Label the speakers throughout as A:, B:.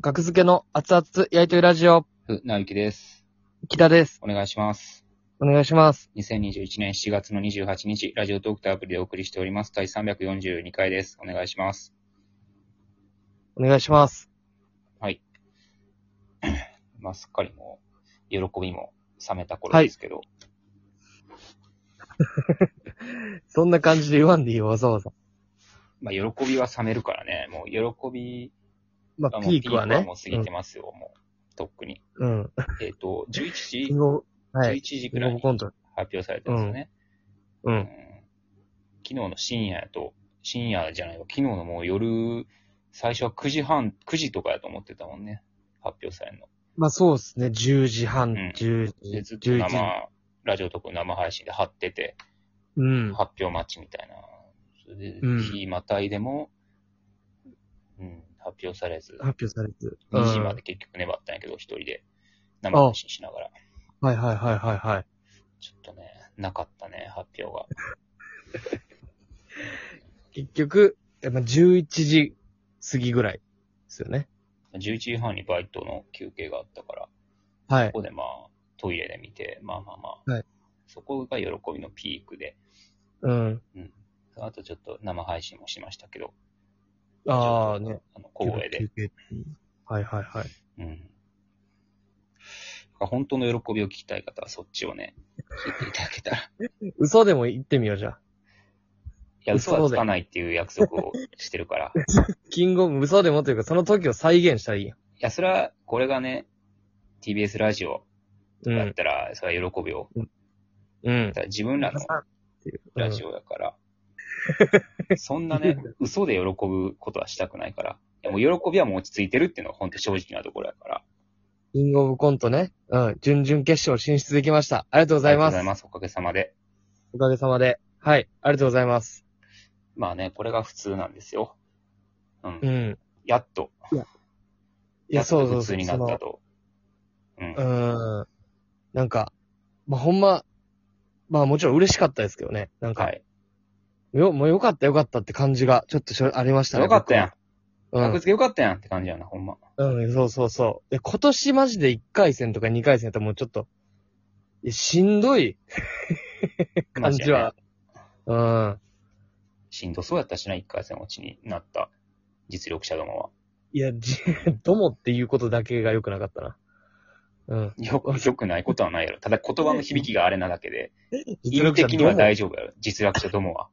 A: 学付けの熱々焼いとりラジオ、
B: ふ、なゆきです。
A: 北です。
B: お願いします。
A: お願いします。
B: 2021年7月の28日、ラジオトークとアプリでお送りしております。第342回です。お願いします。
A: お願いします。
B: まあ、すっかりもう、喜びも冷めた頃ですけど、
A: そんな感じで言わんでいいよ、わざわざ。
B: まあ、喜びは冷めるからね、もう、喜び
A: ま
B: が
A: あ、
B: もう、
A: ピークはね。
B: もう過ぎてますよ、もう、とっくに。
A: うん。うん
B: えっ、と、11
A: キ
B: 時
A: ン、グオブ、はい。
B: 11時
A: キ
B: く
A: ン
B: ら
A: グオブ
B: いに
A: コント。
B: 発表されてますよね。
A: う
B: うん
A: ん。
B: 昨日の深夜やと、深夜じゃないわ、昨日のもう夜、最初は9時半、9時とかやと思ってたもんね、発表されるの。
A: まあ、そうですね。10時半、
B: ん
A: 10時、
B: で、ずっと
A: 11時。
B: 生、ラジオとか生配信で貼ってて、
A: うん。
B: 発表待ちみたいな。それで
A: う、ん
B: 日またいでも、うん、発表されず、
A: 発表されてる。うん
B: 2時まで結局粘ったんやけど、一人で生配信しながら。
A: はいはいはいはいはい。
B: ちょっとね、なかったね、発表が。
A: 結局、やっぱ11時過ぎぐらいですよね。
B: 11時半にバイトの休憩があったから、
A: は
B: こ
A: い。
B: こでまあ、トイレで見て、まあまあまあ、
A: はい
B: そこが喜びのピークで、
A: うん。
B: うん。あとちょっと生配信もしましたけど、
A: ああ
B: ちょっ
A: ね。
B: と。あの、小声で
A: 休。憩。はいはいはい。
B: うん。本当の喜びを聞きたい方はそっちをね、聞いていただけたら。い
A: 嘘でも行ってみようじゃあ。
B: や、嘘
A: 嘘
B: は
A: で
B: つかないっていう約束をしてる から。い
A: キングオブ嘘でもというか、その時を再現したらいいや
B: や、それは、これがね、TBS ラジオ
A: ん。う
B: だっ
A: ん。
B: たら、それは喜びを。
A: うん
B: だ。から自分らのラジ
A: オ。
B: オだから。 そんなね、嘘で喜ぶことはしたくないから。いやもう喜びはもう落ち着いてるっていうのが本当正直なところやから。
A: キングオブコントね。うん。準々決勝進出できました。ありがとうございます。
B: ありがとうございます。おかげさまで。
A: おかげさまで。はい。ありがとうございます。
B: まあね、これが普通なんですよ。うん。
A: うん。
B: やっと。
A: いや、
B: っと
A: そうそう
B: 普
A: そ
B: 通
A: う。
B: に
A: そ
B: なった
A: の、
B: と。うん
A: う。ん。なんか、まあ、ほんま、まあもちろん嬉しかったですけどね。なんか、
B: はい。
A: よ、もうよかったよかったって感じが、ちょっとしょありましたね。
B: よかったやん。
A: 僕は
B: 格付けよかったやんって感じやな、ほんま。
A: うん。うん、そうそうそう。で、今年マジで1回戦とか2回戦やったらもうちょっと、いやしんどい感じ
B: マジやね
A: は。。うん。
B: しんどそうやったしな、一回戦落ちになった実力者どもは。
A: いや、じ、 どもっていうことだけが良くなかったな。うん。
B: よく、よくないことはないやろ。ただ言葉の響きがあれなだけで、
A: 実力
B: 実力
A: 者
B: 的には大丈夫やろ。実力者どもは。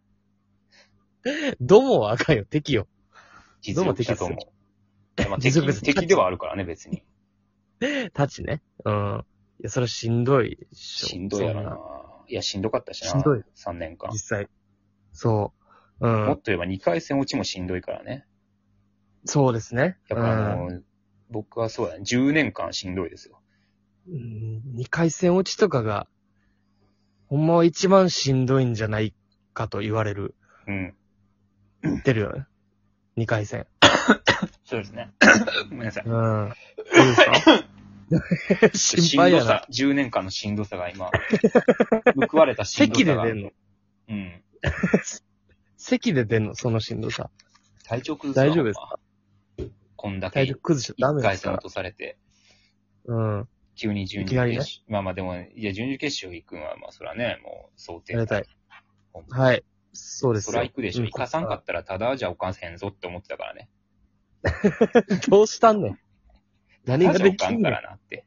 A: どもはあかんよ、敵よ。
B: 実力者ども。まあ、
A: 実
B: 敵
A: 力者
B: 敵ではあるからね、別に。
A: たちね。うん。いや、それはしんどいっしょ。
B: しんどいやろ
A: そ。
B: なんいや、しんどかったしな。
A: しんどい。
B: 3年間
A: 実。際。そう。う
B: も
A: ん。
B: っと言えば2回戦落ちもしんどいからね。
A: そうですね。
B: やっぱあの、僕はそうだね。10年間しんどいですよ。
A: うん。二回戦落ちとかが、ほんまは一番しんどいんじゃないかと言われる。
B: うん。
A: 言ってるよね。二回戦。
B: そうですね。 ごめんなさい。
A: うん。どうですか
B: し
A: 心
B: ん
A: 配
B: ど
A: やな。
B: さ、10年間のしんどさ が今、報われたしんど
A: 席
B: さ
A: で
B: が。
A: 出んの
B: うん。
A: 席で出んのそのしんどさ。
B: 体調崩すわ
A: 大丈夫です
B: ほんまこんだけ
A: 体力崩しちゃダ
B: 1
A: メで
B: 回
A: すか
B: 戦落
A: ら。
B: とされて、
A: うん。
B: 急に準
A: い
B: 々
A: き
B: 決
A: なりね
B: 勝。まあまあでも、いや、準々決勝行くんは、まあそらね、もう想定
A: やりたい。
B: ほんま
A: はい。そうです
B: そ
A: よ。
B: ら行くでしょ。
A: うん
B: 行かさんかったら、ただじゃおかんせんぞって思ってたからね。
A: どうしたんねん。何
B: た
A: が
B: だじゃ
A: で
B: おか
A: き
B: ん
A: んね
B: か
A: ん
B: らなって。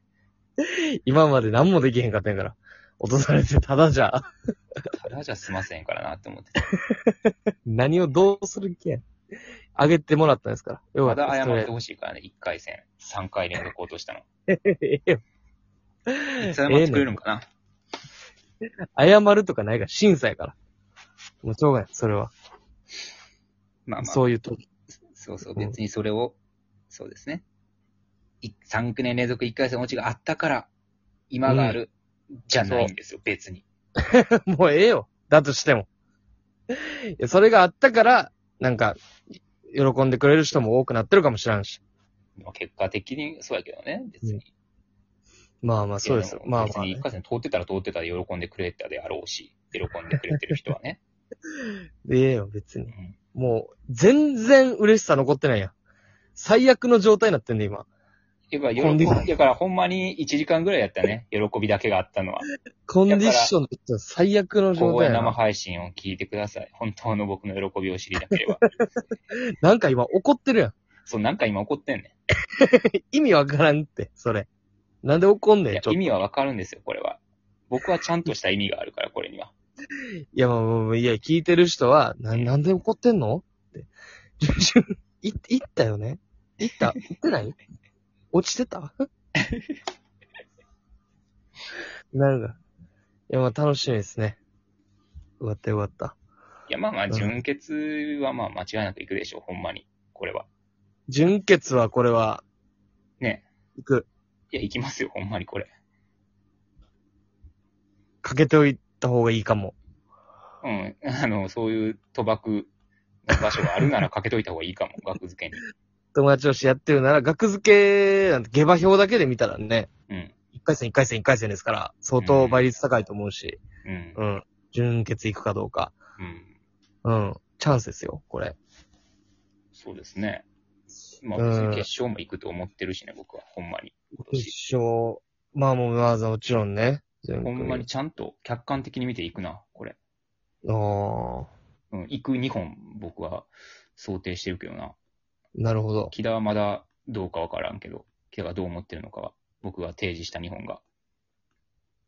A: 今まで何もできへんかったんやから。落とされてただじゃ、
B: ただじゃ済ませんからなって思ってた。
A: 何をどうする気やん。あげてもらったんですから。よか
B: た
A: ったで
B: だ
A: す。
B: 謝
A: とりあ
B: っ
A: え
B: てほしいからね、1回戦。3回連続落としたの。
A: ずええよ
B: いつ謝ってくれるんかな。
A: 謝るとかないから、審査やから。もうしょうがない、それは。
B: まあまあ。
A: そういうと。
B: そうそう、
A: うん
B: 別にそれを、そうですね。い3年連続1回戦落ちがあったから、今がある、じゃないんですよ、別に。
A: もうええよ。だとしても。いや、それがあったから、なんか、喜んでくれる人も多くなってるかもしらんし。
B: まあ結果的に、そうやけどね、別に。
A: うんまあまあ、そうですよ
B: い。や
A: まあ
B: 別
A: まあ
B: に
A: ね、
B: 1回戦通ってたら通ってたで喜んでくれたであろうし、喜んでくれてる人はね。
A: ええよ、別に
B: ん。
A: もう、全然嬉しさ残ってないやん。最悪の状態になってんで、今。
B: やっぱ、喜
A: コンディション
B: び、だからほんまに1時間ぐらいやったね。喜びだけがあったのは。
A: コンディションって最悪の
B: こ
A: 状
B: こへ
A: 態や
B: 生
A: な。
B: 配信を聞いてください。本当の僕の喜びを知りたけれ ば。
A: なんか今怒ってるやん。
B: そう、なんか今怒ってんね
A: 意味わからんって、それ。なんで怒ん
B: ん。い
A: ねん、
B: や
A: ちょっと。
B: 意
A: い
B: 味はわかるんですよ、これは。僕はちゃんとした意味があるから、これには。
A: や、もうもう、もういや、聞いてる人は、な、なんで怒ってんのって。 い、言ったよね言った言ってない落ちて たなんか。いや、まあ楽しみですね。よかったよかった。
B: いや、まあま
A: う
B: あ、
A: ん
B: 純潔はまあ間違いなくいくでしょう、ほんまに。これは。
A: 純潔はこれは、
B: ね。
A: 行く。
B: いや、いきますよ、ほんまにこれ。
A: かけておいた方がいいかも。
B: うん。あの、そういう賭博の場所があるならかけといた方がいいかも、額付けに。
A: 友達同士やってるなら、額付けなんて下馬評だけで見たらね、
B: うん。
A: 一回戦一回戦一回戦ですから、相当倍率高いと思うし、
B: うん。
A: うん。準決行くかどうか。
B: うん。
A: うん。チャンスですよ、これ。
B: そうですね。まあ、
A: うん
B: 別に決勝も行くと思ってるしね、僕は、ほんまに。今年
A: 決勝、まあもう、まずもちろんね。準
B: ほんまに。ちゃんと客観的に見ていくな、これ。
A: あー
B: うん、行く2本、僕は想定してるけどな。
A: なるほど。
B: 木田はまだどうかわからんけど、木田がどう思ってるのかは、僕が提示した2本が。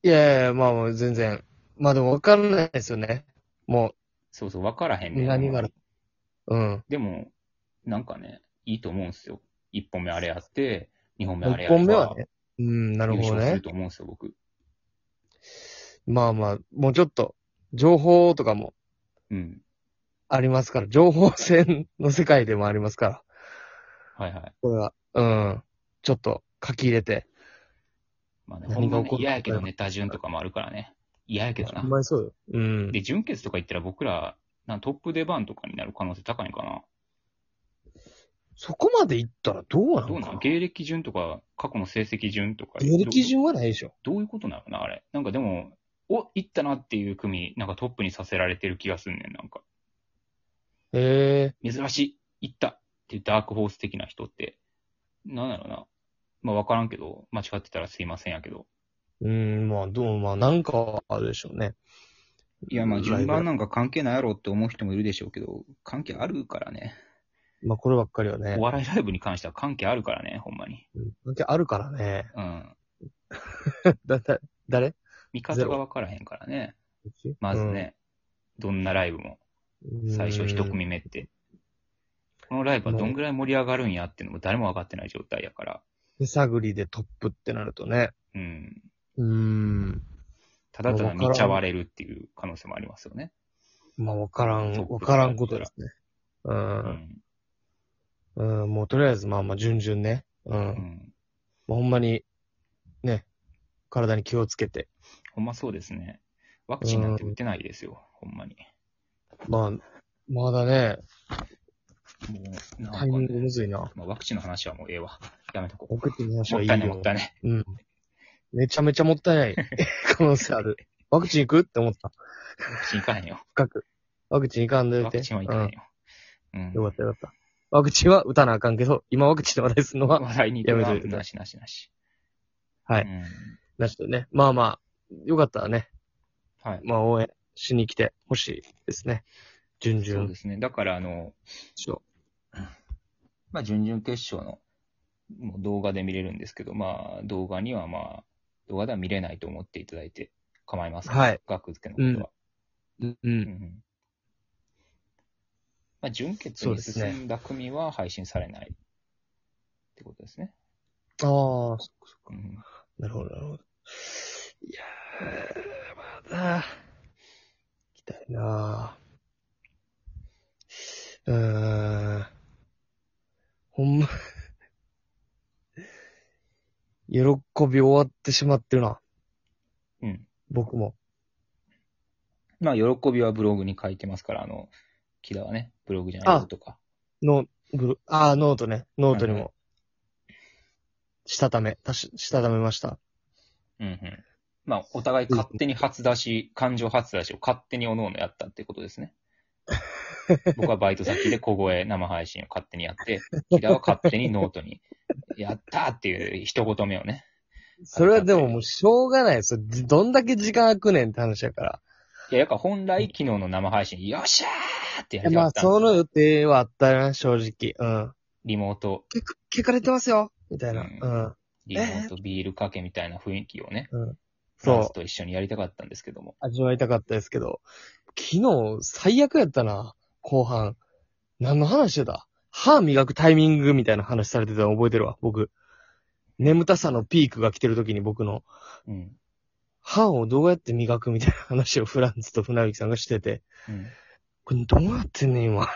A: いやいや、まあもう全然。まあでも分かんないですよね。も
B: そうそう、わからへん
A: う、
B: ねん
A: 苦味がある。うん。
B: でも、なんかね、いいと思うんすよ。1本目あれやって、2本目あれ
A: 1
B: やれ
A: 本
B: ば
A: 目はね。うん、なる
B: 優
A: ほど
B: 勝す
A: ね
B: る。と思うんすよ、僕。
A: まあまあ、もうちょっと、情報とかも
B: うん。
A: ありますから、情報戦の世界でもありますから、
B: はいはい。
A: これは、うん、ちょっと書き入れて。
B: まあね、ほ
A: 何
B: ん
A: が
B: ま
A: 起こるか
B: に嫌やけどね、打順とかもあるからね。嫌やけどな。
A: まりそうよ。うん。
B: で、準決とか行ったら僕ら、なんトップ出番とかになる可能性高いんかな。
A: そこまでいったらどうな
B: どう
A: のか
B: なの
A: な
B: 芸歴順とか、過去の成績順とか。
A: 芸歴順はないでしょ。
B: どどういうことなのかな、あれ。なんかでも、お、行ったなっていう組、なんかトップにさせられてる気がすんねん、なんか。
A: へえ
B: 珍しい、行ったっていうダークホース的な人って、なんだろうな。まあ分からんけど、間違ってたらすいませんやけど。
A: うん、まあどう、まあなんかあるでしょうね。
B: いや、まあ順番
A: の。
B: なんか関係ないやろって思う人もいるでしょうけど、関係あるからね。
A: まあこればっかりはね
B: お。笑いライブに関しては関係あるからね、ほんまに。
A: うん関係あるからね。
B: うん。
A: だ、だ、誰
B: 見方が分からへんからね。まず。ね、どんなライブも、
A: うん
B: 最初一。組目って。このライブはどんぐらい盛り上がるんやっていうのも誰も分かってない状態やから。
A: 手探りでトップってなるとね。
B: うん。
A: うん。
B: ただただ見ちゃわれるっていう可能性もありますよね。
A: まあわからん
B: トッ、プ
A: わからんことですね。う。
B: うんん。
A: うん、もうとりあえずまあまあ順々ね。う。
B: うんん。
A: まあ、ほんまに、ね、体に気をつけて。
B: ほんまそうですね。ワクチンなんて打てないですよ。ほんまに。
A: まあ、まだね、
B: もう、なん
A: タ
B: か
A: イミン
B: ね、
A: グむずいな。
B: まあ、ワクチンの話はもうええわ。やめとこう。
A: 送ってみましょ
B: も
A: う。
B: ったいない、もったいない。
A: うん。めちゃめちゃもったいない 可能性ある。ワクチン行くって思った。
B: ワクチン行かへんよ。
A: 深く。ワクチン行かんでいて。
B: ワクチンは行かへんよ。うん。
A: うん。よかったよかった。ワクチンは打たなあかんけど、今ワクチンの話題するのは、
B: 笑いに行く
A: やめとい
B: な。
A: てね
B: なしなしなし。
A: はい
B: うん
A: なしとね。まあまあ、よかったらね、
B: はい。
A: まあ応援しに来てほしいですね。順
B: そう
A: 々
B: ですね。だから、あの、
A: しよ
B: まあ、準々決勝のもう動画で見れるんですけど、まあ、動画にはまあ、動画では見れないと思っていただいて構いません。
A: はい。
B: 学付けのことは。
A: う。う。
B: うんんまあ、準決
A: そう
B: に
A: ですね
B: 進んだ組は配信されないってことですね。
A: ああ、そっかそっか。
B: うん
A: なるほど、なるほど。いやー、まだ、行きたいなーうーん。ほんま、喜び終わってしまってるな、
B: うん。
A: 僕も。
B: まあ、喜びはブログに書いてますから、あの、木田はね、ブログじゃないことか。
A: ノブロあー、ノートね、ノートに
B: はいは
A: も。したため、たし、したためました。
B: うんうん。まあ、 お互い勝手に初出し、感情初出しを勝手におのおのやったってことですね。僕はバイト先で小声生配信を勝手にやって、木田は勝手にノートに、やったーっていう一言目をね。
A: それはでももうしょうがないですよ。どんだけ時間空くねんって話やから。
B: いや、だから本来昨日の生配信、よっしゃーってやり
A: ま
B: たか
A: あ、
B: ったんで
A: その
B: すよ
A: 予定はあったな、正直。うん。
B: リモート、
A: 結結果出てますよみたいな。
B: う
A: うんん。
B: リモートビールかけみたいな雰囲気をね、フラン
A: そ
B: スと一緒にやりたかったんですけども。
A: う。味わいたかったですけど。昨日、最悪やったな、後半。何の話してた歯磨くタイミングみたいな話されてたの覚えてるわ、僕。眠たさのピークが来てる時に僕の
B: うん。
A: 歯をどうやって磨くみたいな話をフランスと船引さんがしてて。
B: うん。
A: これどうなってんねん、今。っ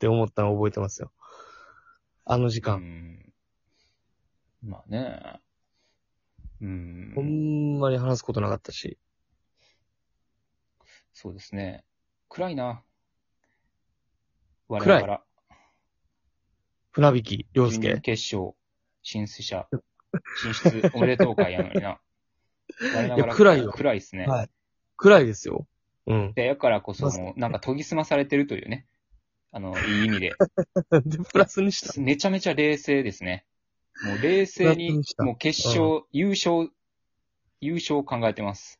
A: て思ったの覚えてますよ。あの時
B: う
A: 間。
B: ん。まあね。うん。
A: ほんまに話すことなかったし。
B: そうですね。暗いな。我
A: 暗い
B: 々から
A: 船引き、良
B: 準々
A: 介。
B: 決勝、進出者、進出おめでとう会やのにな。我なが ら
A: 暗いよ
B: 暗いですね。
A: はい暗いですよ。うん。
B: で、やからこそ、
A: マス
B: もう、なんか研ぎ澄まされてるというね。あの、いい意 味で。
A: で、プラスにした。
B: めちゃめちゃ冷静ですね。もう冷静
A: プラス
B: に
A: にし、た
B: もう決勝、優勝、優勝を考えてます。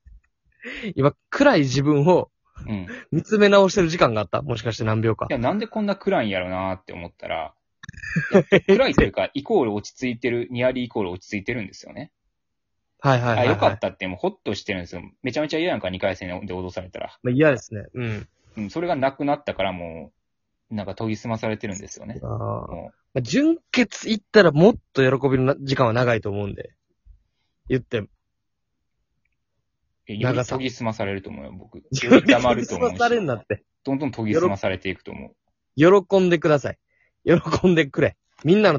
A: 今、暗い自分を
B: うん。い
A: 見つめ直してる時間があった。もしかして何秒か。
B: や、なんでこんな暗いんやろうなって思ったら、いや暗いとい うか、イコール落ち着いてる、ニアリーイコール落ち着いてるんですよね。
A: はいはいはい、はい。
B: あ、よかったって、もうほっとしてるんですよ。めちゃめちゃ嫌やんか、2回戦で脅されたら。
A: まあ、嫌ですね。うん。
B: うん、それがなくなったからもう、なんか研ぎ澄まされてるんですよね
A: あ。ーま
B: も
A: あ、純潔行ったらもっと喜びのな時間は長いと思うんで。言っても。
B: う、よ
A: 長
B: り
A: さ
B: 研ぎ澄まされると思うよ、 僕。より黙ると思う
A: 澄ま
B: し。
A: されんなって。
B: どんどん研ぎ澄まされていくと思う。
A: 喜んでください。喜んでくれ。みんなのため